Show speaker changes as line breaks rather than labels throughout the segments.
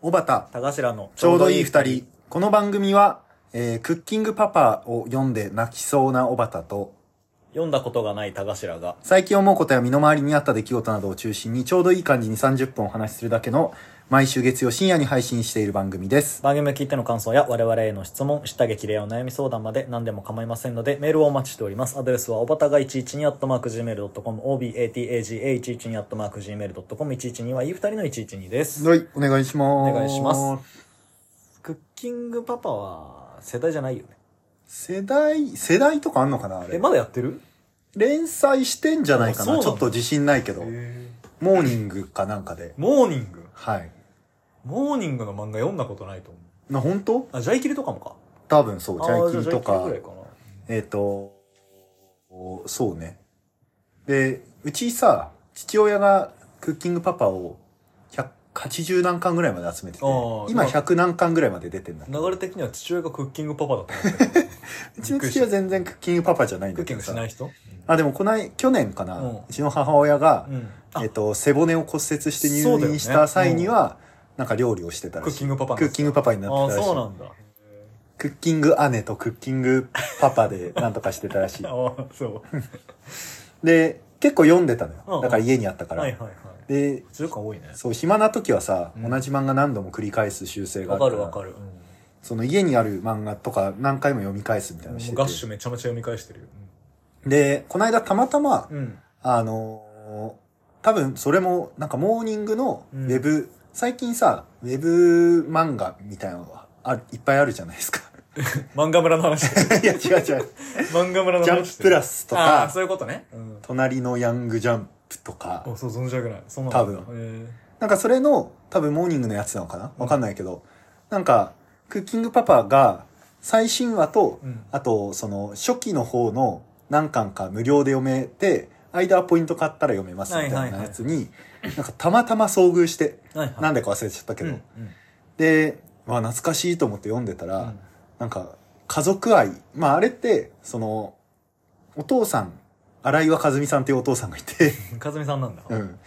小畑、
田頭の
ちょうどいい二人。この番組は、えークッキングパパを読んで泣きそうな小畑と、
読んだことがない田頭が
最近思うことや身の回りにあった出来事などを中心にちょうどいい感じに30分お話しするだけの毎週月曜深夜に配信している番組です。
番組を聞いての感想や我々への質問、下激レアお悩み相談まで何でも構いませんのでメールをお待ちしております。アドレスはおばたが112 gmail.com、obataga112 gmail.com、112はいい二人の112です。
はい、お願いします。
お願いしまクッキングパパは世代じゃないよね。
す。世代、世代とかあんのかなあ
え、
れ。
まだやってる
連載してんじゃないか
あそう
な
なん
ち
だ
ょっと自信ないけど。モーニングかなんかで。
モーニング
はい。
モーニングの漫画読んだことないと思う。
な、本当
あ、ジャイキリとかもか。
多分そう。ジ
あー
ャ
じ
イ
ゃあ
キリと
ジャイ
か
キリ。ぐらいかな
えっ、と、おそうね。で、うちさ、父親がクッキングパパを180何巻ぐらいまで集めてて
あー、
今
まあ
100何巻ぐらいまで出てんだけど。
流れ的には父親がクッキングパパだったんだけど
うちの父親全然クッキングパパじゃないん
ク
だ
ッキ
け
ン
ど
グし
さ
な。い人
あ、でもこない、去年かな、
う
うんちの母親が、
うん、あ
えっと、背骨を骨折して
そう
入
だよね
院した際には、なんか料理をしてたら
クッ
し
キ
い。
ングパパ
クッキングパパにな
あ
っ
あ
てた
ー
らし。
そうないんだ
クッキング姉とクッキングパパでなんとかしてたら しい。
ああそう
で、結構読んでたの
うんうん
よ。だから家にあったから。
はいはいはい
で、
中間多いね
そう、暇な時はさ、
うん
同じ漫画何度も繰り返す習性が
わ
あ
か
る
る
から。
わかる、
その家にある漫画とか何回も読み返すみたいな
う
の
ん、
して
もう
て。
ガッシュめちゃめちゃ読み返してるよ
で、この間たまたま、
うん、うん
あのー多分それも、なんかモーニングのウェブ、最近さ、ウェブ漫画みたいなのがあるいっぱいあるじゃないですか。
漫画村の話
いや、違う違う。
漫画村の話
ジャンププラスと
ああー
か
そ、ういうことね、うん、
隣のヤングジャンプとか、
あそう存じ上げないそんな
多
分、
なんかそれの、多分モーニングのやつなのかなわかんないけど、なんか、クッキングパパが最新話と
えー、うん
あと、その、初期の方の何巻か無料で読めて、間はポイント買ったら読めますみたいなやつに、なんかたまたま遭遇して、
はいはい
なん
だ
でか忘れちゃったけど、
うんうん
で、まあ懐かしいと思って読んでたら、
うん
なんか、家族愛。まああれって、その、お父さん、荒岩和美さんっていうお父さんがいて、
かずみさんなんだ、
うん。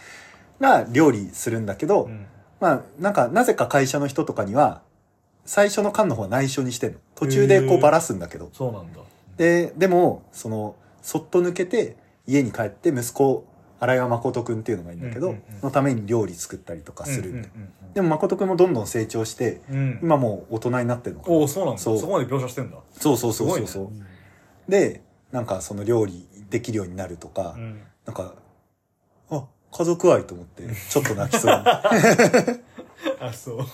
が料理するんだけど、
うん
まあなんか、なぜか会社の人とかには、最初の缶の方は内緒にしてんの。途中でこ
へー
うばらすんだけど。
そうなんだ
で、でも、その、そっと抜けて、家に帰って息子、荒岩誠くんっていうのがいいんだけど、
うんうんうん
のために料理作ったりとかする。
うんうん
でも誠くんもどんどん成長して、
うんうん、
今もう大人になってるのかな
おおそうなんだ
そ
そうこまで描写してんだ
そうそう
す
そう
ごい
そう
ね
そう、でなんかその料理できるようになるとか、
うん
なんかあ家族愛と思ってちょっと泣きそう ま
あそう
あ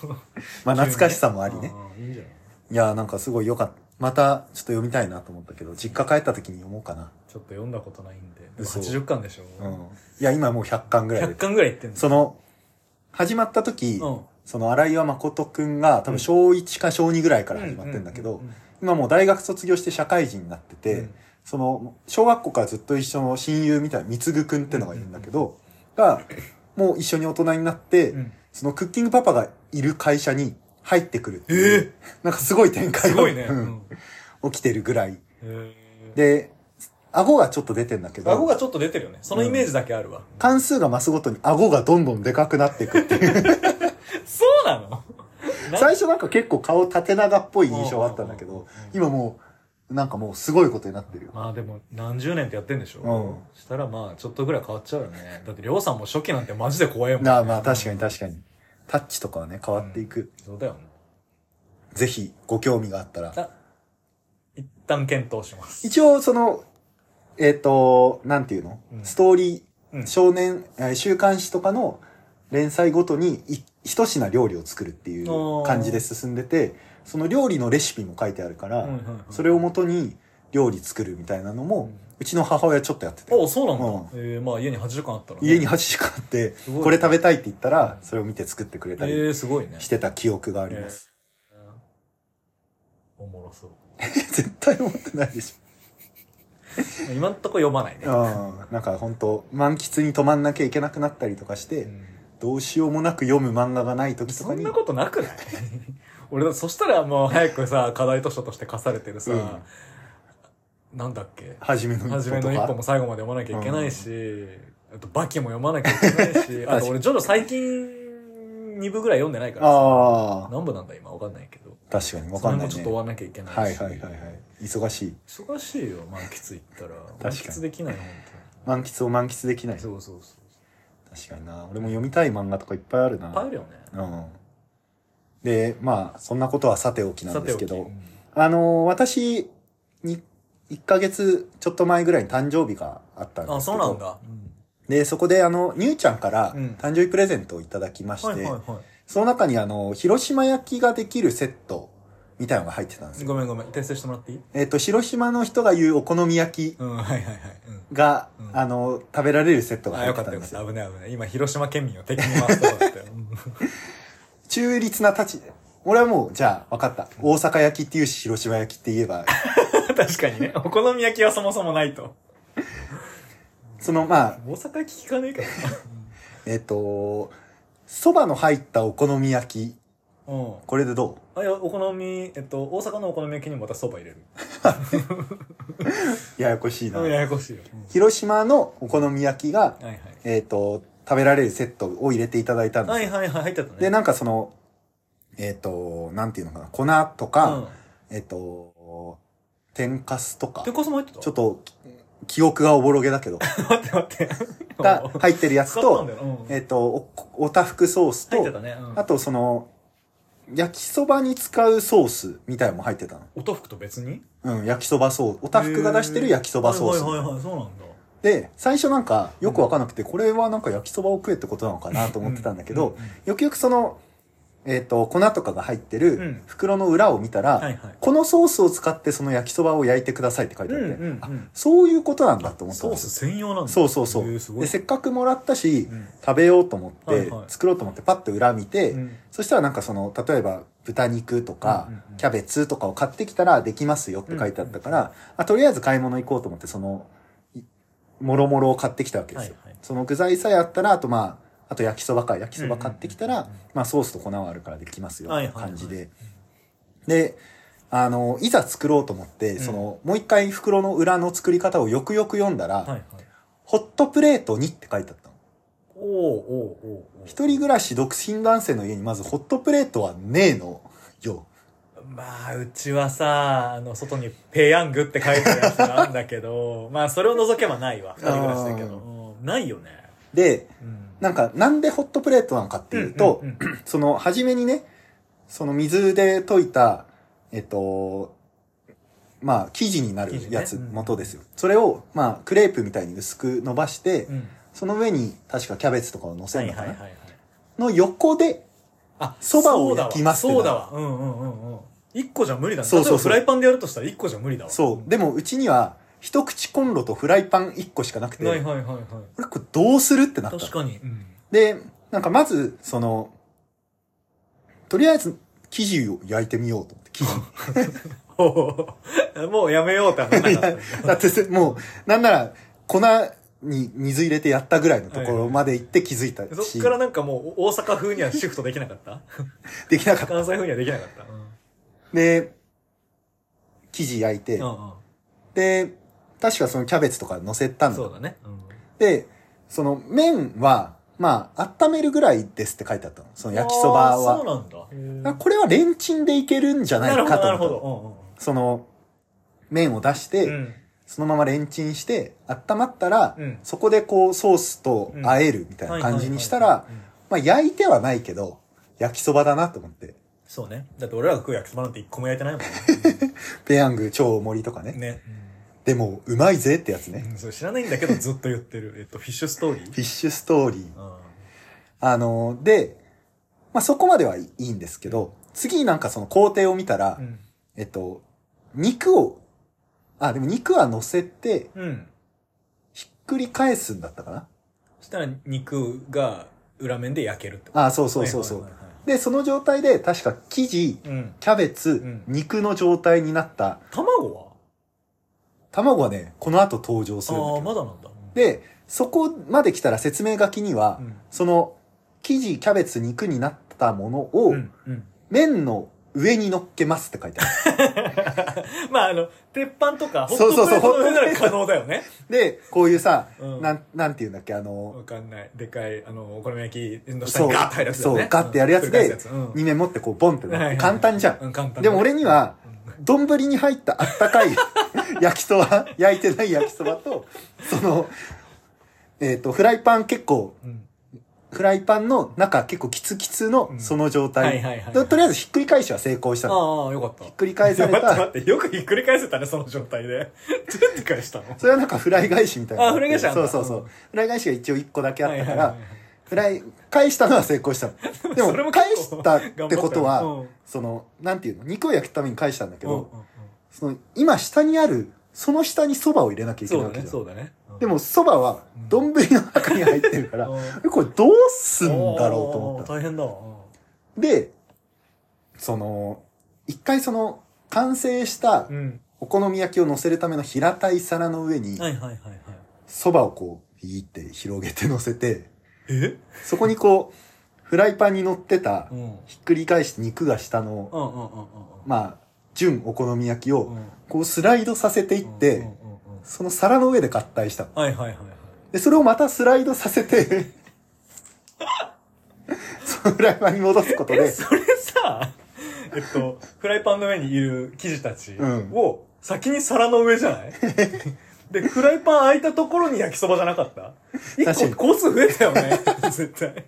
懐かしさもありね
あーいいんじゃない
いやーなんかすごい良かったまたちょっと読みたいなと思ったけど実家帰った時に読もうかな
ちょっと読んだことないんででも
嘘
80巻でしょ、
うんいや今もう100巻ぐらい
100
で
巻ぐらいいってんの
その始まった時、
うん
その荒岩誠くんが多分小1か小2ぐらいから始まってんだけど、今もう大学卒業して社会人になってて、
うん
その小学校からずっと一緒の親友みたいな貢ぐくんってのがいるんだけど、がもう一緒に大人になって、
うん
そのクッキングパパがいる会社に入ってくるって
え
いう
ー、
なんかすごい展開
す
が
ごいね、
う
うんん
起きてるぐらい
えー
で顎がちょっと出てんだけど
顎がちょっと出てるよねそのイメージだけあるわ、
関数が増すごとに顎がどんどんでかくなっていくって いう
そうなの
最初なんか結構顔縦長っぽい印象あったんだけ
うんうん
ど
うん
今もうなんかもうすごいことになってるよ
まあでも何十年ってやってんでしょ、
う
したらまあちょっとぐらい変わっちゃうよねだってりょうさんも初期なんてマジで怖いもん、
なあまあ確かに確かにタッチとかはね変わっていく、
そうだよね
ぜひご興味があったら。
あ一旦検討します
一応その、えっ、と、なんていうの、
うん
ストーリー、
うん
少年、えー週刊誌とかの連載ごとにい一品料理を作るっていう感じで進んでて、その料理のレシピも書いてあるから、
うんうんうん
それをもとに料理作るみたいなのも、
う
うんちの母親ちょっとやってて、
おそうなんだ、えーまあ家に80巻あったらね、
家に8時間あって、
すごいね
これ食べたいって言ったら、それを見て作ってくれた
え
り
ー、すごいね
してた記憶があります。
えーおもろそう
絶対思ってないでしょ。
今んとこ読まないね、
うん、なんか本当満喫に止まんなきゃいけなくなったりとかして、
うん
どうしようもなく読む漫画がない時と
そ
か
ん
に
なことなくない 俺だそしたらもう早くさ課題図書として課されてるさ、なんだっけ
初めの一
初め
歩と
の一歩
か
も最後まで読まなき ゃいけないし、あとバキも読まなきゃいけないしあと俺ジョジョ最近2部ぐらい読んでないからさ
ああ。
何部なんだ今わかんないけど
確かに、わかんない、ね。
それもちょっと追わなきゃいけな
はいい
し、
はいはいはい。忙しい。
忙しいよ満喫行ったら
か
満
に
喫できない本
満喫を満喫でき
当
な
に
い。
そうそうそう
確かにな。俺も読みたい漫画とかいっぱいある
いっぱいあ
な。
るよね
うん。で、まあ、そんなことはさておきなんですけ
さてお
ど
きう、ん
あのー私、に、1ヶ月ちょっと前ぐらいに誕生日があったんですけど。
あそうなんだ、うん
で、そこであの、ニューちゃんから
うん
誕生日プレゼントをいただきまして、
はいはいは
その中にあの、広島焼きができるセットみたいなのが入ってたんです
い
よ。
ごめんごめん訂正してもらっていい
えっ、と、広島の人が言うお好み焼き
うんはいはいはい、うん
が、
うん
あの、食べられるセットが
あ、
入っ
よ
て
かったた
ん
よ
で
かっ
す
た。
よ。
危ない危ない。今、広島県民を敵に回したとだったよ。うん
中立な立ち、俺はもう、じゃあ、わかった。大阪焼きっていうし、広島焼きって言えば、
確かにね。お好み焼きはそもそもないと。
その、まあ、
大阪焼き聞かねえから
えっ、と、蕎麦の入ったお好み焼き、
な。 うん。
これでど
あ、いや、お好み、えっと、大阪のお好み焼きにもまた蕎麦入れる。
うややこしいな。
ややこしいよ。うん
広島のお好み焼きが、
はいはい。
えっ、と、食べられるセットを入れていただいたんですよ
はいはいはい、入ってたね。
で、なんかその、えっ、と、なんていうのかな、粉と
うん
か、。えっ、と、天かすとか
て、こそも入ってた
ちょっと、記憶がおぼろげだ けど、
待って待って。
が入ってるやつ
使った
と
んだ、よ。うん
えっ、と、お、おたふくソース
入ってた
と、
ね。うん
あとその、焼きそばに使うソースみたいのも入ってたの。
おとふくと別に
うん、焼きそばソース。おたふくが出してる焼きそばソース。
はいはいはいはい、そうなんだ。
で、最初なんかよくわかんなくて、これはなんか焼きそばを食えってことなのかなと思ってたんだけど、
うんうんうん
よくよくその、えっ、と、粉とかが入って
うん
る袋の裏を見たら、
はいはい
このソースを使ってその焼きそばを焼いてくださいって書いてあって、
うんうんうん
あ、そういうことなんだと思った
ソ
ん
ー
で
ス
す
専用なんだ。
そうそうそ
へ
う
ーす。ご
で、
い。
せっかくもらったし、
うん
食べようと思って、
はいはい
作ろうと思ってパッと裏見て、
うん
そしたらなんかその、例えば豚肉とか、
うんうんうん
キャベツとかを買ってきたらできますよって書いてあったから、あとりあえず買い物行こうと思って、その、いもろもろを買ってきたわけですよ。
はいはい
その具材さえあったら、あとまあ、あと焼きそばか、焼きそば買ってきたら、
うんうんうんうん
まあソースと粉はあるからできますよ、
はいはいはい
感じで。で、あの、いざ作ろうと思って、その、もう一回袋の裏の作り方をよくよく読んだら、
はいはい。
ホットプレートにって書いてあったの。
おーおーおーおー
一人暮らし独身男性の家にまずホットプレートはねえのよ。
まあ、うちはさ、あの、外にペヤングって書いてるやつがあるんだけど、 まあ、それを除けばないわ。二人暮らしだけど。
あ
うんないよね。
で、
うん。
なんかなんでホットプレートなのかっていうと、
うんうん
その初めにね、その水で溶いた、えっと、まあ生地になるやつ、
生地ねうん
元ですよ。それを、まあクレープみたいに薄く伸ばして、
うん。
その上に確かキャベツとかを乗せ
は
る
い
のか
はい
な、
はいはい。
の横で、
あ、
蕎麦を焼きますってな
そうだわ。そうだわうんうんうんうん。一個じゃ無理だね。
そうそうそう
例えばフライパンでやるとしたら一個じゃ無理だわ。
そう。でもうちには一口コンロとフライパン一個しかなくて、
うん。はい
俺
はいはいはい。
これどうするってなったの
確かに。うん。
で、なんかまず、その、とりあえず、生地を焼いてみようと思って、生地。
ほうほう もうやめようって話なかったんだ。
だってせ、もう、なんなら、粉に水入れてやったぐらいのところまで行って気づいた
そ
し、
っからなんかもう大阪風にはシフトできなかった
できなかった。
関西風にはできなかった。うん。
で、生地焼いて、
うん
で、確かそのキャベツとか乗せた
うん。そ
の。
うだね。うん。
で、その麺は、まあ、温めるぐらいですって書いてあったの。その焼きそば
あー
は。
そうなんだ。
これはレンチンでいけるんじゃない
なるほ
か
ど、
と
な
思
る
った
ほ
の。
ど。
その、麺を出して、
うんうんうん。
そのままレンチンして、温まったら、
うん
そこでこうソースと和えるみたいな感じにしたら
は、いはいはいはい、うん
まあ焼いてはないけど、焼きそばだなと思って。
そうね。だって俺らが食う焼きそばなんて一個も焼いてないもん
ペヤング超盛りとかね。
ね。ね。
でも、うまいぜってやつね。
うん、それ知らないんだけどずっと言ってる。えっと、フィッシュストーリ
フ
ー
ィッシュストーリー。
うん。
あのーで、まあそこまではいいんですけど、次なんかその工程を見たら、
うん。
えっと、肉を、あ、でも肉は乗せて、
うん。
ひっくり返すんだったかな
そしたら肉が裏面で焼けるってこ
あ、そう
と
そうそうそう
はい。はいはいはい
で、その状態で確か生地、
うん。
キャベツ、
ん
肉の状態になった、
卵は
卵はね、この後登場するんだけ
あ
ど。
あ、まだなんだ。
で、そこまで来たら説明書きには、
うん
その、生地、キャベツ、肉になったものを、
うん。うん。
麺の上に乗っけますって書いてある。
まあ、あの、鉄板とか、ホッ
そう
ト
そう
プ
そう
レートの上なら可能だよね。
で、こういうさ、
うん
なん、なんていうんだっけ、あの、
わかんない。でかい、あの、お好み焼きの下
そう、
にガーッと入るやつだ
そ
よ
う、
ね。
ガッてやるやつ
うん
で、
うん
2面持ってこう、ボンって乗
はいはい
って、
はい
簡単じゃ
うん
ん。
簡単だ
でも俺には、丼に入ったあった かい焼きそば、焼いてない焼きそばと、その、えっ、と、フライパン結構、
うん
フライパンの中結構キツキツの
うん
その状
はいはい
態
はい。
ととりあえずひっくり返しは成功したの。
ああ、よかった。ひ
っくり返さ れた
待って待って、よくひっくり返せたね、その状態で。 どうやって返したの
それはなんかフライ返しみたいな。
あフライ返しあん
そ
だ
うそうそうう。フライ返しが一応1個だけあったか
はいはい
ら、フライ、返したのは成功 したの。で
それも
も、
結
返
構
したってこと
頑張ったよう
は
ん、
その、なんていうの、肉を焼くために返したんだけ
うんうんうん
ど、その、今下にある、その下に蕎麦を入れなきゃいけ
そ
ないうわけ
だね、
じゃん
そうだね。
でも、蕎麦は、丼の中に入ってるか
うん、
ら、
うん
えこれどうすんだろうと思ったの
おー。大変だ。うん
で、その、一回その、完成した
うん。
お好み焼きを乗せるための平たい皿の上に、
はいはいはいはい。
蕎麦をこう、いって広げて乗せて、
え
そこにこう、 フライパンに乗ってた
う、ん。うん
ひっくり返して肉が下の、
うんうん
まあ、純お好み焼き
うんう
を、
ん。
こうスライドさせていっ
うんうん
て、
うんうん
その皿の上で合体したの。
はいはいはいはい。
で、それをまたスライドさせて、 そのフライパンに戻すこと
え、
で、
それさ、えっと、フライパンの上にいる生地たち
うん
を先に皿の上じゃないで、フライパン開いたところに焼きそばじゃなかった
確か
一
に
個コース増えた よね絶対。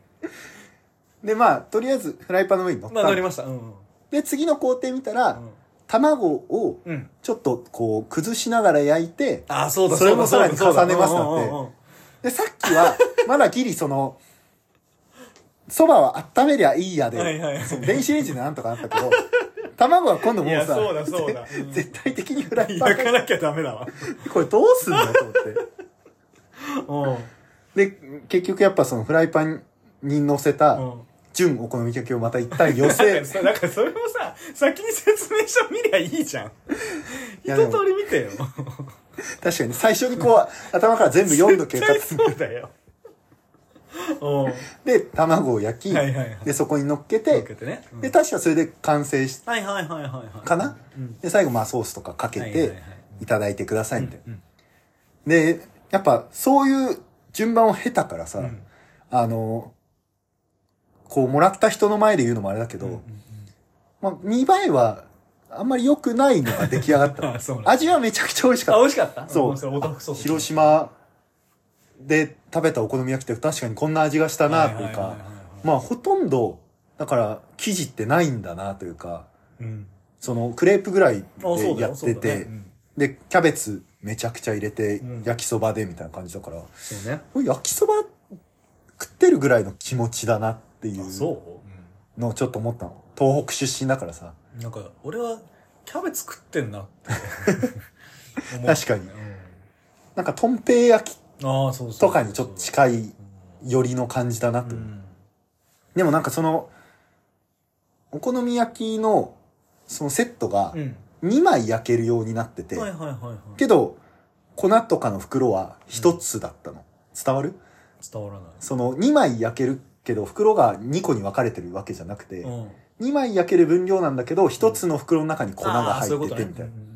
で、まあ、とりあえずフライパンの上に乗った
ま
の。
あ、乗りました。うんうん。
で、次の工程見たら、
うん
卵を
うん。
ちょっとこう崩しながら焼いて、
あ、そうだ、
それも
うだ
さらに重ねますなんて。
そうだうんうんうんうん
で、さっき は、まだギリその、蕎麦は温めりゃいいやで、
はいはいはい
その電子レンジでなんとかなったけど、卵は今度
い
もう
や、
さ、
そうだ、そうだ。う ん
絶対的にフライパン
焼かなきゃダメだわ。
これどうすんだよと思っ
うん。
て。で、結局やっぱそのフライパンに乗せた、純お好み焼きをまた一旦寄
だか
せ
ら、さ、だからそれもさ、先に説明書見りゃいいじゃん。
いやで
一
も
通り見てよ。
確かに最初にこう、頭から全部読んどけよ
絶
かっ
対
た
そうだよ。うん。は
で、卵を焼
い
き、
はいはい。
で、そこに乗っけ
受
て、
けてね。うん
で、確かそれで完成し
はいはいはいはいはい。
かな
うん。
で、最後まあソースとかかけ
はいはいは
て
い、
いただいてくださいみたいな。
うん
で、やっぱそういう順番を経たからさ、
うん
あの、こうもらった人の前で言うのもあれだけど、
うんうん
まあ見栄えはあんまり良くないのが出来上がっ
あ
た。
そうなんだ
味はめちゃくちゃ美味し
あ、
か
美
っ
味しかった
た。そう。
んれお豆腐ソース。
広島で食べたお好み焼きって確かにこんな味がしたなという
はは
か
は、いは
まあほとんど、だから生地ってないんだなというか、
い。うん。
そのクレープぐらい
あ、そう
で
だ
や
よ。
っ
そう
て
だね
て
う、ん
で、キャベツめちゃくちゃ入れて
うん、
焼きそばでみたいな感じだから、
そうね。
これ焼きそば食ってるぐらいの気持ちだなってい
あ、
う
そううん
のをちょっと思ったの。東北出身だからさ。
なんか、俺は、キャベツ食ってん なって。
確かに
うん
なんか、とんぺい焼き
ああ、そうそうそ
と
う。
かにちょっと近い寄りの感じだな
う
と。
ん。
でもなんかその、お好み焼きの、そのセットが
うん。
2枚焼けるようになってて、
はいはいはいはい。
けど、粉とかの袋は1つだったの。伝わる
伝わらない。
その2枚焼けるけど、袋が2個に分かれてるわけじゃなくて、
うん。
2枚焼ける分量なんだけど、1つの袋の中に粉が
ああ
入
そう
っ
う
て
こ
て
と
みたいな
ね。うん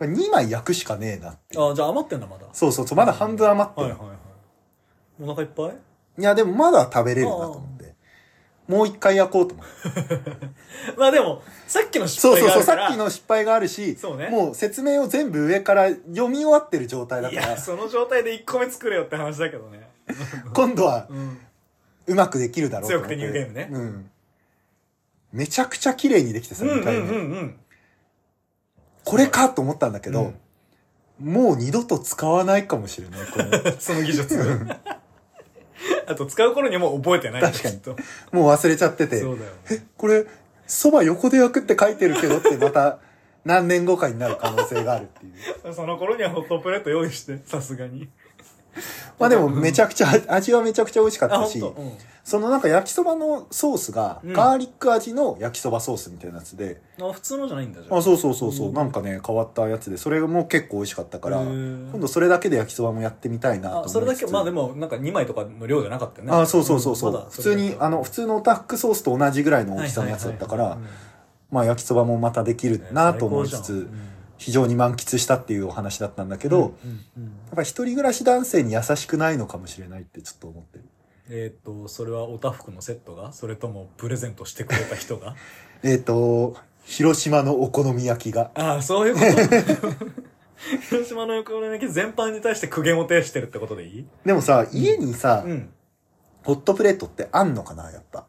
2枚焼くしかねえなって。
ああ、じゃあ余ってんだ、まだ。
そうそうそう、まだ半分余って
はい
る。
はい
い
はい。お腹いっぱい
や、でもまだ食べれるなと思って。もう一回焼こうと思って。
まあでも、さっきの失
そう
敗
そう
があ
そう、
るか
さ
ら。
っきの失敗があるし、
そうね
もう説明を全部上から読み終わってる状態だ
い
か
や、
ら、
その状態で1個目作れよって話だけどね。
今度は
うん。
うまくできるだろうと思って。
強くてニューゲームね
うん。めちゃくちゃ綺麗にできてさ、
うんう
2
んう
回目。
んうん。
これかと思ったんだけど、もう二度と使わないかもしれない、この
その技術。あと、使う頃にはもう覚えてない。
確かに
きっと
もう忘れちゃってて。
そうだよ。
え、これ、蕎麦横で焼くって書いてるけどってまた何年後かになる可能性があるっていう。
その頃にはホットプレート用意して、 さすがに。
まあでもめちゃくちゃ、味はめちゃくちゃ美味しかったし、
うん
そのなんか焼きそばのソースが
うん
ガーリック味の焼きそばソースみたいなやつで、
あ普通のじゃないんだじゃ
あ、そうそうそうそう、
うん
なんかね、変わったやつで、それも結構美味しかったから、
へー
今度それだけで焼きそばもやってみたいなと
あ
思いつつ
それだけまあでもなんか2枚とかの量じゃなかったよね
あ、そうそうそうそう、
まだ
普通に、あの、普通のオタフクソースと同じぐらいの
は
大き
いはいは
さ
い
のやつだったから、
うん
まあ焼きそばもまたできるなと思いつつ、
最高じ
非常に満喫したっていうお話だったんだけ
ゃん
ど、
う
や
んうんうん
っぱり一人暮らし男性に優しくないのかもしれないってちょっと思ってる。
えっ、とそれはおたふくのセットがそれともプレゼントしてくれた 人が
えっ、と、広島のお好み焼きが。
ああそういうこと広島の横の焼き全般に対して苦言を呈してるってことでいい
でもさ、家にさ、
うん
ホットプレートってあんのかな、やっぱ。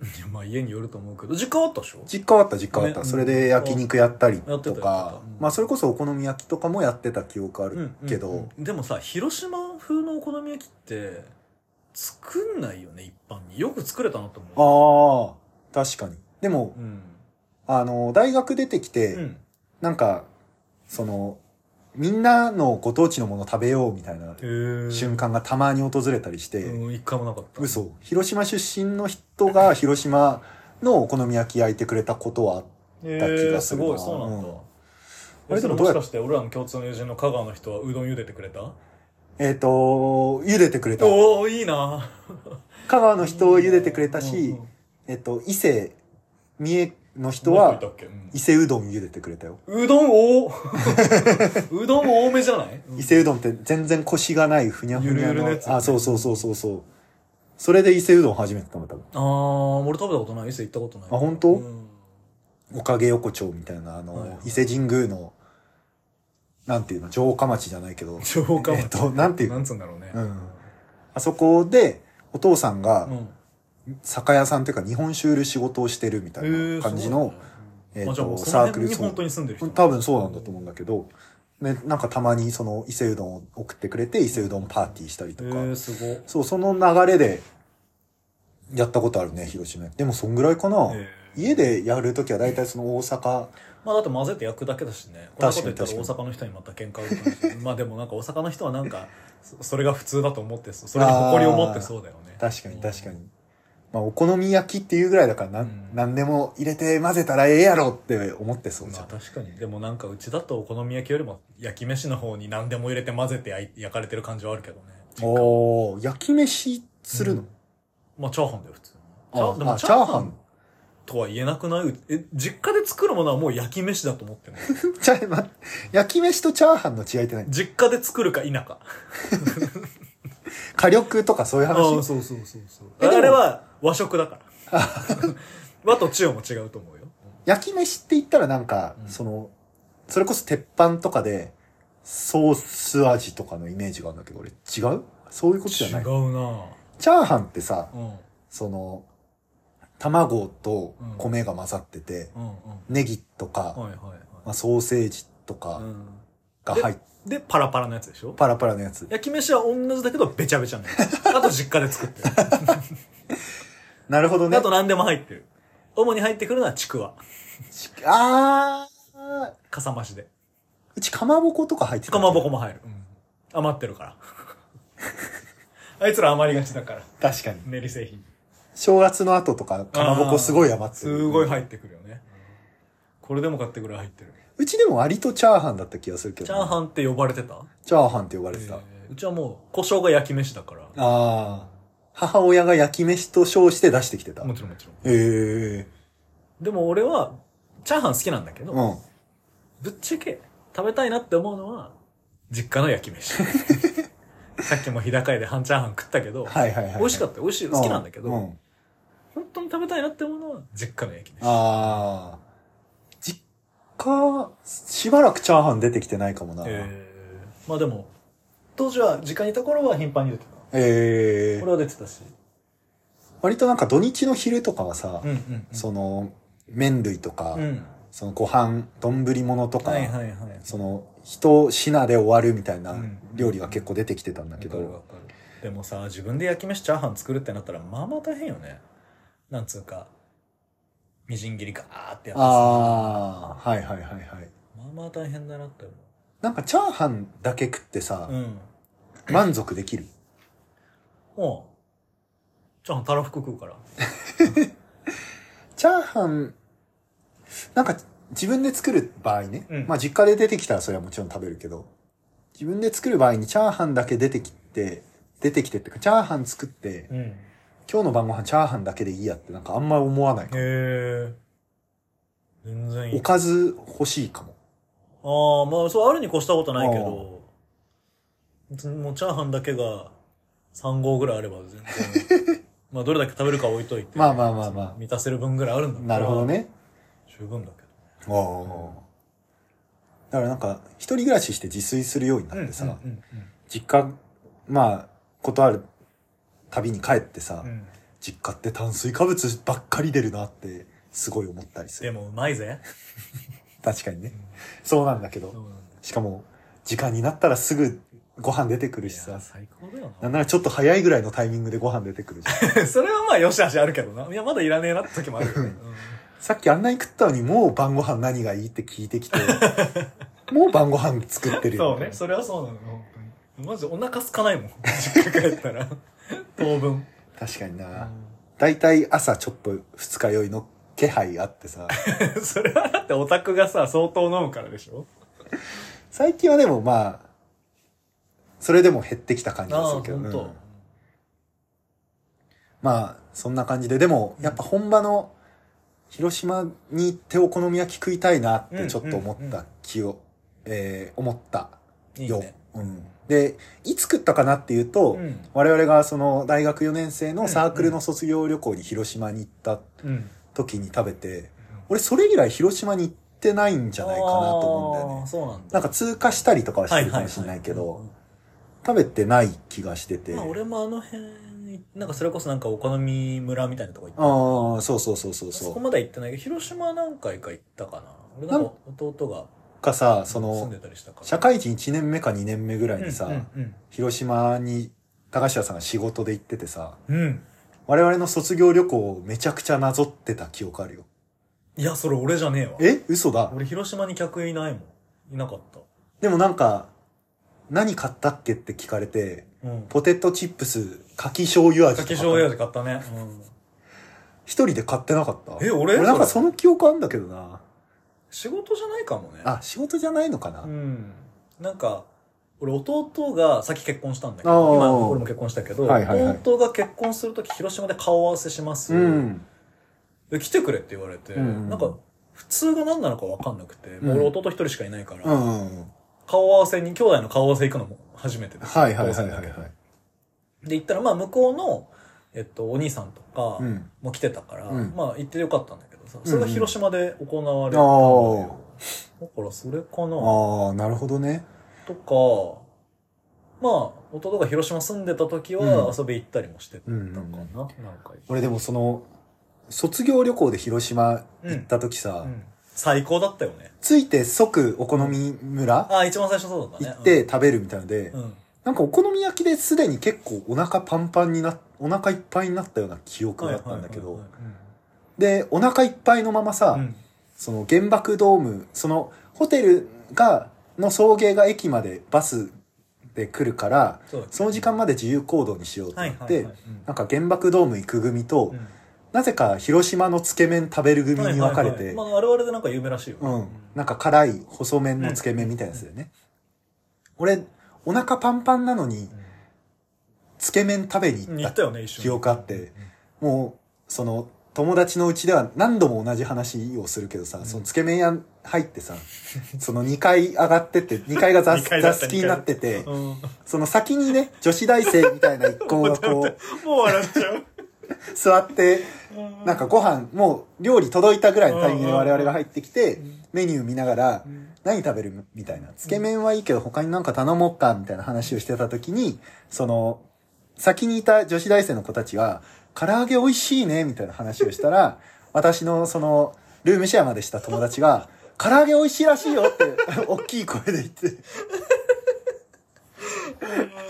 いやまあ家によると思うけど実家あったでしょ
実家はあった、実家はあった。
ね
それで焼肉やったり
やっ
と
てたやって
か
たうん、
まあそれこそお好み焼きとかもやってた記憶あるけど、
うんでもさ広島風のお好み焼きって作んないよね一般によく作れたなと思う
ああ、確かに。でも、
うん
あの、大学出てきて、
うん
なんか、その、みんなのご当地のもの食べようみたいな
へー
瞬間がたまに訪れたりして、
うん一回もなかった
嘘。広島出身の人が広島のお好み焼き焼いてくれたことは、
へ
た気
ー
がす
す
るな
ごいそうなんだ
うん
あ
あ
れ
れで
でも
もど
も
うや
しかして俺らの共通の友人の香川の人はうどん茹でてくれた
えっ、と、茹でてくれた。
おおいいな
香川の人を茹でてくれたし、
うんうん
えっ、と、伊勢、三重の人
どうやっ
は
ていた、っけうん
伊勢うどん茹でてくれたよ。
うどん多うどん多めじゃない
伊勢うどんって全然コシがないふにゃふにゃの。
ゆるゆるのやつ
あ、そうそうそうそうそう。それで伊勢うどん初めて食べたの。
ああ俺食べたことない伊勢行ったことない
あ本当
うん
おかげ横丁みたいな、あの、
はいはい
伊勢神宮の、なんていうの、城下町じゃないけど、
情報か
えっとなんていう
なんつうんだろうね
うんあそこで、お父さんが
う、ん
酒屋さんっていうか日本酒売る仕事をしてるみたいな感じの、
え
えっと
ー、と、じゃあもうそ
サ
の
ークル
辺に本当に住んでる人
多分そうなんだと思うんだけど、ね、なんかたまにその伊勢うどんを送ってくれて、伊勢うどんパーティーしたりと
へえ
か、
ー、すごい
そう、その流れで、やったことあるね、広島。でもそんぐらいかな。
へー
家でやるときは大体その大阪、
まあだって混ぜて焼くだけだしねこんなこと言ったら
確か
大
に
阪の人にまた喧嘩売る感じ まあでもなんか大阪の人はなんかそそれが普通だと思ってそうそれに誇りを持ってそうだよね
確かに確か
うん
に。まあ、お好み焼きっていうぐらいだからなん、
うん
何でも入れて混ぜたらええやろって思ってそうじ
ま
ゃ
あ
ん。
確かにでもなんかうちだとお好み焼きよりも焼き飯の方に何でも入れて混ぜて焼い焼かれてる感じはあるけどね
おー焼き飯するの、
うんまあチャーハンだよ普通に
あ
チャーでも
あ
チャーハンとは言えなくないうえ実家で作るものはもう焼き飯だと思ってる
チャーハン ちゃ待って焼き飯とチャーハンの違いって何
実家で作るか否か
火力とかそういう話
ああそうそうそうそう
えでも
あれは和食だから 和と千代も違うと思うよ
焼き飯って言ったらなんか、
うん
その、それこそ鉄板とかで、ソース味とかのイメージがあるんだけど、俺違うそういうことじゃ
違
ないう
な
チャーハンってさ、
うんうん
その、卵と米が混ざってて、
うん
ネギとか、
はいはい
ま
は
あ、ソーセージとか
い、うん、
が入っ
でパラパラのやつでしょ
パラパラのやつ。
焼き飯は同じだけどべちゃべちゃのや つあと実家で作ってる
なるほどね。
あと何でも入ってる主に入ってくるのはちくわ
ちあー、
かさ増しで
うちかまぼことか入ってた。
かまぼこも入る、うん余ってるからあいつら余りがちだから
確かに。
練り製品
正月の後とか、かまぼこすごい余ってる。
すごい入ってくるよねこれでも買ってくらい入ってる
うちでも割とチャーハンだった気がするけ
チ
ど
ャ
ね、
ーハンって呼ばれてた、
チャーハンって呼ばれてた。
えーうちはもう胡椒が焼き飯だから
ああ。母親が焼き飯と称して出してきてた。
もちろんもちろん
ええ
でも俺はチャーハン好きなんだけど、
うん。
ぶっちゃけ食べたいなって思うのは実家の 焼き飯さっきも日高屋で半チャーハン食ったけど、
はいはいはい。
美味しかった美味しい好きなんだけど、
ううん、
本当に食べたいなって思うのは実家の焼き飯
ああ。実家、しばらくチャーハン出てきてないかもな。え
えーまあでも当時は実家にいた頃は頻繁に出てた
え
俺は出てたし
割となんか土日の昼とかはさ、
うんうん、うん、
その、麺類とか、
うん
そのご飯、丼物とか、
はいはいはい
その、一品で終わるみたいな
うん
料理が結構出てきてたんだけど、
でもさ自分で焼き飯チャーハン作るってなったらまあまあ大変よねなんつうかみじん切りガーってやってさ
ああ、はいはいはいはい。
まあまあ大変だなって思
なんかチャーハンだけ食ってさ、
ううん
満足できる。
もうチャーハンたらふく食うから
チャーハン、なんか自分で作る場合ね、
うん
まあ実家で出てきたらそれはもちろん食べるけど、自分で作る場合にチャーハンだけ出てきて、出てきてってか、チャーハン作って、
うんへ
今日の晩ご飯チャーハンだけでいいやってなんかあんま思わないかも。
え全然い
お
い。
かず欲しいかも。
ああ、まあ、そう、あるに越したことないけど、もうチャーハンだけが3合ぐらいあれば全 然、まあ、どれだけ食べるか置いといて、
まあまあまあま
満たせる分ぐらいあるんだ
あ。
か
なる
ら
ほど。ね。
十分だけど。
ああ。だからなんか、一人暮らしして自炊するようになってさ、
うんうん
実家、まあ、ことある旅に帰ってさ、
うんうん
実家って炭水化物ばっかり出るなって、すごい思ったりす
で
る。
もうまいぜ。
確かにね。そうなんだけ
そう
ど、
なんだ
しかも、時間になったらすぐご飯出てくる
い
しさ
や、最高だよ
なんならちょっと早いぐらいのタイミングでご飯出てくるじゃん。
な。 それはまあ、よしあしあるけどな。いや、まだいらねえなって時もあるよね。 うん
さっきあんなに食ったのにもう晩ご飯何がいいって聞いてき て、もう晩ご飯作ってる
そ
よ
うね、それはそうなのよ、本当に。マジお腹空かないもん。実家帰ったら。当分。
確かにな。だいたい朝ちょっと二日酔いの気配あって さ、
それはだってオタクがさ、相当飲むからでしょ
最近はでもまあ、それでも減ってきた感じ
ああ
がする
本
けど、う
当
ん。まあ、そんな感じで、でもやっぱ本場の広島に行ってお好み焼き食いたいなってちょっと思った気を、えー思った
いい
よ
ね。
うん。で、いつ食ったかなっていうと、
うん。
我々がその大学4年生のサークルの卒業旅行に広島に行った
うん。
時に食べて、俺それ以来広島に行ってないんじゃないかなと思うんだよ
あー
ね。
そうなんだ。
なんか通過したりとかはし
は
て
い
る
は
か
い
も
は
しれないけ
う
ど
ん、
食べてない気がしてて。
まあ俺もあの辺に、なんかそれこそなんかお好み村みたいなとこ行った。
ああ、そうそうそうそう
そこ
そ
まで行ってないけど、広島何回か行ったかな。俺なんか弟が
う。かさ、そ
住ん
の
で、たりしたから。
社会人1年目か2年目ぐらいにさ、
うん
広島に高橋さんが仕事で行っててさ、
うん。うん。
我々の卒業旅行をめちゃくちゃなぞってた記憶あるよ。
いや、それ俺じゃねえわ。
え嘘だ。
俺広島に客いないもん。いなかった。
でもなんか、何買ったっけって聞かれて、
うん。
ポテトチップス、柿醤油味と
か
か。
き醤油味買ったね。うん。
一人で買ってなかった
え俺
なんか
そ
その記憶あんだけどな。
仕事じゃないかもね。
あ、仕事じゃないのかな、
うん。なんか、俺弟が、さっき結婚したんだけ
あ
ど、
ー
今俺も結婚したけど、
はいはいはい
弟が結婚するとき広島で顔合わせします。
うん。
で来てくれって言われて、
うん
なんか、普通が何なのか分かんなくて、
うん
もう俺弟一人しかいないから、
うん。
顔合わせに、兄弟の顔合わせ行くのも初めてです。
はいはいはい
当
はい
然
は
だ
い
けど。で、行ったら、まあ向こうの、えっと、お兄さんとか、
うん。
もう来てたから、
うん
まあ行ってよかったんだけどさ、それが広島で行われたんだ
うんうんあ
よ。だからそれかな
ああ、なるほどね。
とか、まあ、弟が広島住んでた時
う
は
ん
遊び行ったりもしてたか
う
な、
ん
なんか
俺でもその、卒業旅行で広島行った時さ、
うん最高だったよね。
ついて即お好み村
ああ、一番最初そうだった
行
ね。
って食べるみたいので、
うん、うん。
なんかお好み焼きですでに結構お腹パンパンにな、お腹いっぱいになったような記憶があったんだけ
はい
ど
は、
で、お腹いっぱいのままさ、
いはいはいうん
その原爆ドーム、そのホテルが、の送迎が駅までバスで来るから、
そうだっけ
その時間まで自由行動にしようって
は
ないっ
はい
て、
はいうん
なんか原爆ドーム行く組と、
うん
なぜか広島のつけ麺食べる組に分かれて、
はいはいはいまあ、我々でなんか有名らしいよね。
うん。なんか辛い細麺のつけ麺みたいなやつだよね。俺、お腹パンパンなのに、つけ麺食べに
うん
行っ
行った
た
よね、一緒に。
記憶あって、もう、その、友達のうちでは何度も同じ話をするけどさ、そのつけ麺屋入ってさ、その2階上がってって、2階が座
二階だ
座
った
敷になってて、
うん。も
その先にね、女子大生みたいな一 行がこう、
う笑っち ゃう。
座って、なんかご飯、もう料理届いたぐらいのタイミングで
うんうんうん
我々が入ってきて
ん、
メニュー見ながら
ん、
何食べるみたいな。つけ麺はいいけど他になんか頼もうかみたいな話をしてた時に、その、先にいた女子大生の子たちは、唐揚げ美味しいねみたいな話をした ら、私のその、ルームシェアまでした友達が、唐揚げ美味しいらしいよって、 大きい声で言って、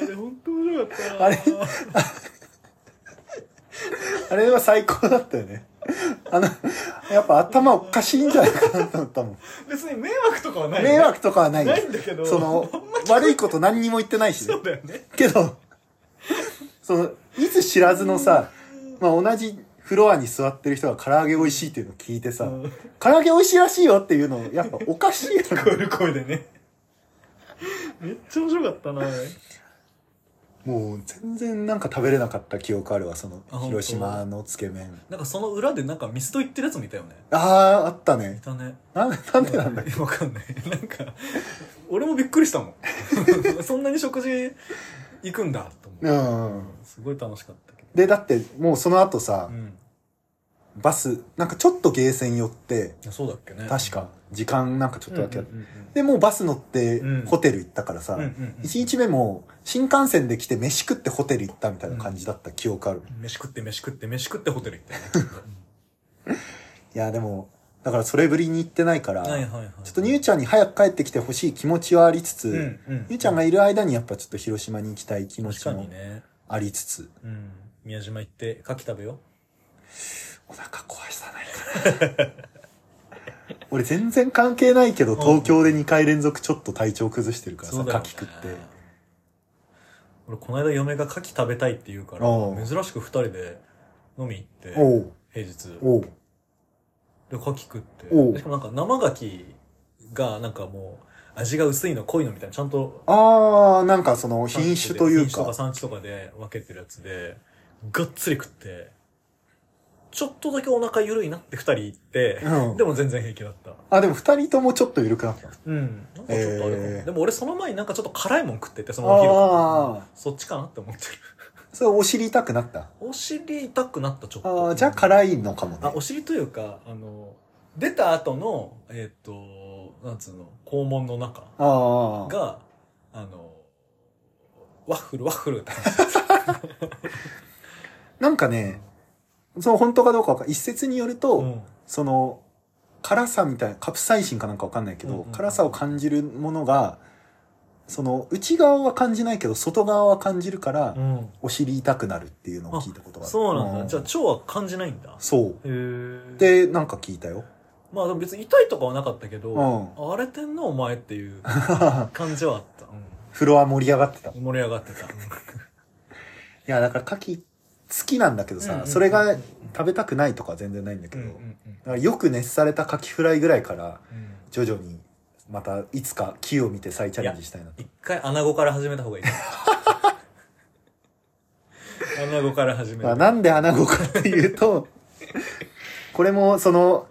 あれ、本当面白かったな。
あれあれは最高だったよね。あの、やっぱ頭おかしいんじゃないかなと思ったもん。
別に迷惑とかはないよ ね
迷惑とかはないよ
ないんだけど
その、悪いこと何にも言ってないし、ね
そ、うだよね
けど、その、いつ知らずのさ、まあ、同じフロアに座ってる人が唐揚げ美味しいっていうのを聞いてさ、
うん
唐揚げ美味しいらしいよっていうの、やっ ぱおかしいよ
聞こえる声でねめっちゃ面白かったなあれ
もう全然なんか食べれなかった記憶あるわ、その
あ本当
広島のつけ麺。
なんかその裏でなんかミスド行ってるやつもいたよね
ああ、あった
い
ね。
たね
な、なんでなんだっけ
わかんないなんか俺もびっくりしたもん そんなに食事行くんだと思
う
う、
ん。
すごい楽しかったけど
で、だってもうその後さ
う、ん
バス、なんかちょっとゲーセン寄って、
いやそうだっけね
確か、時間なんかちょっとだけあって。
うんうん
で、もうバス乗って
うん
ホテル行ったからさ
うんうん、うん
1日目も新幹線で来て飯食ってホテル行ったみたいな感じだった記憶ある。
うん飯食って飯食って飯食ってホテル行った よね
いや、でも、だからそれぶりに行ってないから、
はいはいはい
ちょっとニューちゃんに早く帰ってきてほしい気持ちはありつつ、
うん
ニ
うん
ューちゃんがいる間にやっぱちょっと広島に行きたい気持
確
ち
か
も
にね
ありつつ、
うん宮島行って牡蠣食べよ
お腹壊さないかな。俺全然関係ないけど、東京で2回連続ちょっと体調崩してるからさ、
そうだよね
牡蠣食って。
俺この間嫁が牡蠣食べたいって言うから
おう
珍しく二人で飲み行って
おう、
平日
おう、
で牡蠣食って
おう
しかもなんか生牡蠣がなんかもう味が薄いの濃いのみたいなちゃんと
あー、なんかその品種という
品種とか
か、
産地とかで分けてるやつでがっつり食ってちょっとだけお腹ゆるいなって二人行って、
うん
でも全然平気だった
あ、でも2人ともちょっと緩くなった。
うんなんかちょっとあれかも、
えー
でも俺その前になんかちょっと辛いもん食っててそのお昼
あー
そっちかなって思ってる
それお尻痛くなった。
お尻痛くなったちょっ
あ
と
ー、じゃあ辛いのかも
あ
ね
お。尻というかあの出た後のえっ、となんつうの肛門の中
あー、
があのワッフルワッフルって
なんかね、その本当かどうかわかん一説によると、
うん
その、辛さみたいな、カプサイシンかなんかわかんないけど、
うんうんうん
辛さを感じるものが、その、内側は感じないけど、外側は感じるから、
うん
お尻痛くなるっていうのを聞いたことがある。
そうなんだ、じゃあ
あ。
腸は感じないんだ
そう。
へえ
で、なんか聞いたよ。
まあでも別に痛いとかはなかったけど、
うん
荒れてんのお前っていう感じはあった、
フロア盛り上がってた。い
うん、盛り上がってた
や、だから牡蠣好きなんだけどさ、
うんうんうん
それが食べたくないとかは全然ないんだけ
うん
ど、
うん
だからよく熱された牡蠣フライぐらいから、
うん
徐々に、またいつか木を見て再チャレンジしたいなと。
一回穴子から始めた方がい い。穴子から始め
まあ、
る。
なんで穴子かっていうと、 これもその、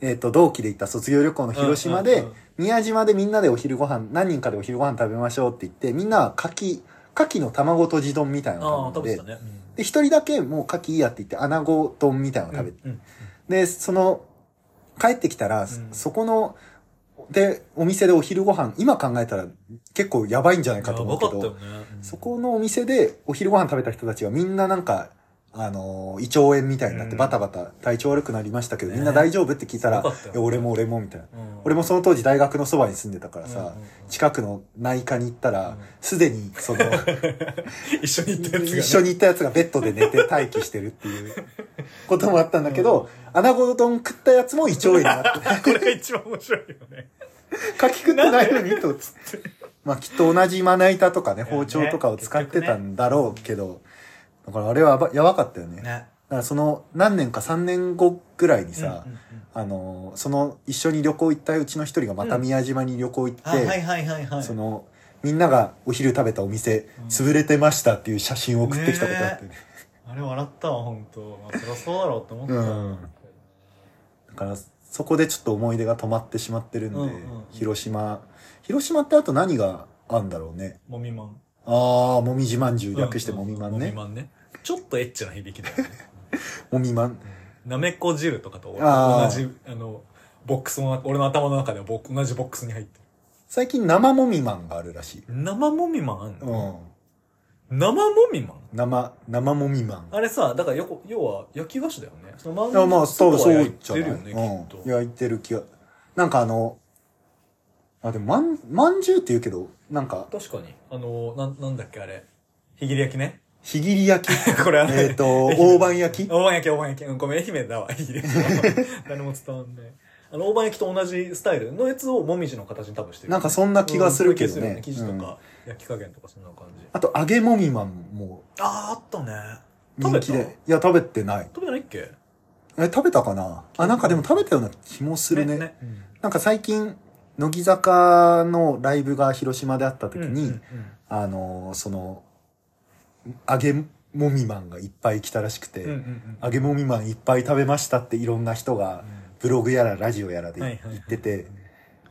えっ、と、同期で行った卒業旅行の広島
うん
で
うんうん、
宮島でみんなでお昼ご飯、何人かでお昼ご飯食べましょうって言って、みんなは牡蠣、牡蠣の卵とじ丼みたいな
あ
の
あ、
を食
食べ
べ
て
て
た、ね。
で、一人だけもう牡蠣いいやって言って、穴子丼みたいなのを食べて、
うん。
で、その、帰ってきたら、そ
うん
そこの、で、お店でお昼ご飯、今考えたら結構やばいんじゃない
や
かと思
ば
う
かっ
け
た
ど
よ、ね。うん
そこのお店でお昼ご飯食べた人たちはみんななんか、あのー胃腸炎みたいになって
うん
バタバタ体調悪くなりましたけど、
ね
みんな大丈夫って聞いたら、
よかったよ
いや俺も俺もみたいな。
うん
俺もその当時大学のそばに住んでたから
うんうん
さ
うん、
近くの内科に行った
うん
ら、すでにその、
一緒に行ったやつがね。
一緒に行ったやつがベッドで寝て待機してるって いうこともあったんだけど、穴子丼食ったやつも胃腸炎になって、
これが一番面白いよね。
かき食ってないのにとつって。 まあきっと同じまな板とかね、包丁とかを使ってたんだろうけど、だからあれはやばやばかったよね。だ
ね。
からその何年か3年後ぐらいにさ、
うんうん
あの、その一緒に旅行行ったうちの一人がまた宮島に旅行行って、
あ、はいはいはいはい。
その、みんながお昼食べたお店、潰れてましたっていう写真を送ってきたことあってね。
あれ笑ったわ、ほんと。まあ、そりゃそうだろうって思った。
うんだからそこでちょっと思い出が止まってしまってるんで、
うんうんうん
広島、広島ってあと何があんだろうね。
もみまん。
ああ、もみじまんじゅう略してもみまん
も
ね
み。まんね。ちょっとエッチな響きだよね。
もみまん。
なめこ汁とかと
あ
同
ー
じ、あの、ボックスの中、俺の頭の中ではボック同じボックスに入って
最近生もみまんがあるらしい。
る。生もみまんあん
う
の、
ん。
生もみまん
生、生もみまん。
あれさ、だからよこ、要は焼き菓子だよね。そのまん
あまあ、多分
外
そ
は
う
焼い
じゃ
て
な
る
い。
よね、きっ
うん。
と。
焼いてる気が。なんかあの、あ、でも、まん、まんじゅうって言うけど、なんか、
確かに。あの、なん、なんだっけ、あれ。ひぎり焼きね。
ひぎり焼き。
これあ
え
れ
っと、 大判焼き
大判焼き、大判焼き。うん、ごめん、愛媛だわ。ひぎり焼き。 誰も伝わんない。あの、大判焼きと同じスタイルのやつをもみじの形に多分してる。
なんかそんな気がするけどね
うん気がするよ生地とか、焼き加減とかそんな感じ。
あと、揚げもみまんも
あーあったね食
人
べ
気
た
で。いや、食べてない。
食べないっけ
え、食べたかなあ、なんかでも食べたような気もするね。
うん
なんか最近、乃木坂のライブが広島であった時に、
うんうんうん
あのーその、揚げもみまんがいっぱい来たらしくて、
うんうんうん
揚げもみまんいっぱい食べましたっていろんな人がブログやらラジオやらで
はいはいはい
言ってて、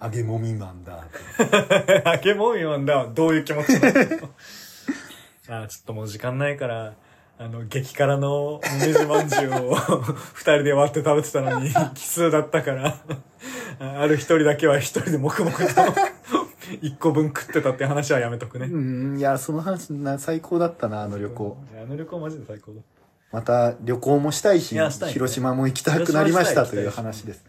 揚げもみまんだって。
あけもみまんだ。どういう気持ち なのあー、ちょっともう時間ないから、あの、激辛のもみじまんじゅうを 二人で割って食べてた のに、奇数だったから、あある一人だけは一人で黙々と 一個分食ってたって話はやめとくね。
うん、いや、その話な、最高だったな、あの旅行。
いや。あの旅行マジで最高だ。
また旅行もしたいし、
いやしたいね
広島も行きたくなりましたという話です。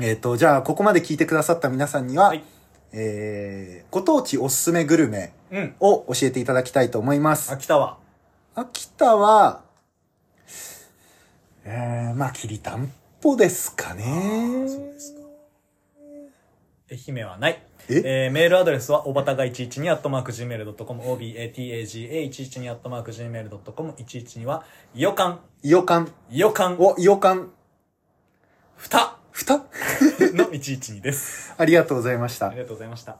えっ、と、じゃあ、ここまで聞いてくださった皆さんには、
はい
えー、ご当地おすすめグルメ
うん。
を教えていただきたいと思います。
秋田は。
秋田は、えー、まあ、きりたんぽですかね。
そうですか。愛媛はない。
え
えーメールアドレスは、おばたが112 at mark gmail.com、obataga112 at mark gmail.com、112は、いよかん、
いよかん。
いよかん、
お、いよかん。
ふた
ふた
の112です。
ありがとうございました
あり。がとうございました。